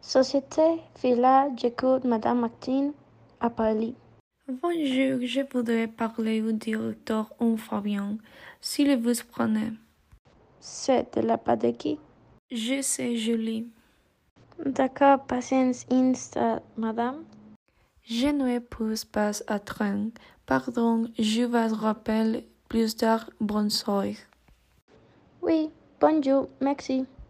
Société Villa j'écoute Madame Martine à Paris. Bonjour, je voudrais parler au directeur Anne Fabien, s'il vous prenez. C'est de la part de qui Je sais Julie. D'accord, patience insta, Madame. Je ne pousse pas à train. Pardon, je vous rappelle plus tard. Bonne soirée. Oui, bonjour, merci.